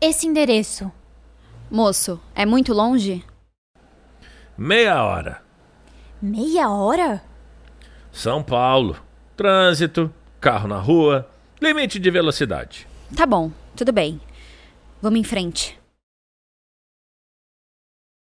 esse endereço. Moço, é muito longe? Meia hora. Meia hora? São Paulo. Trânsito, carro na rua, limite de velocidade. Tá bom, tudo bem. Vamos em frente.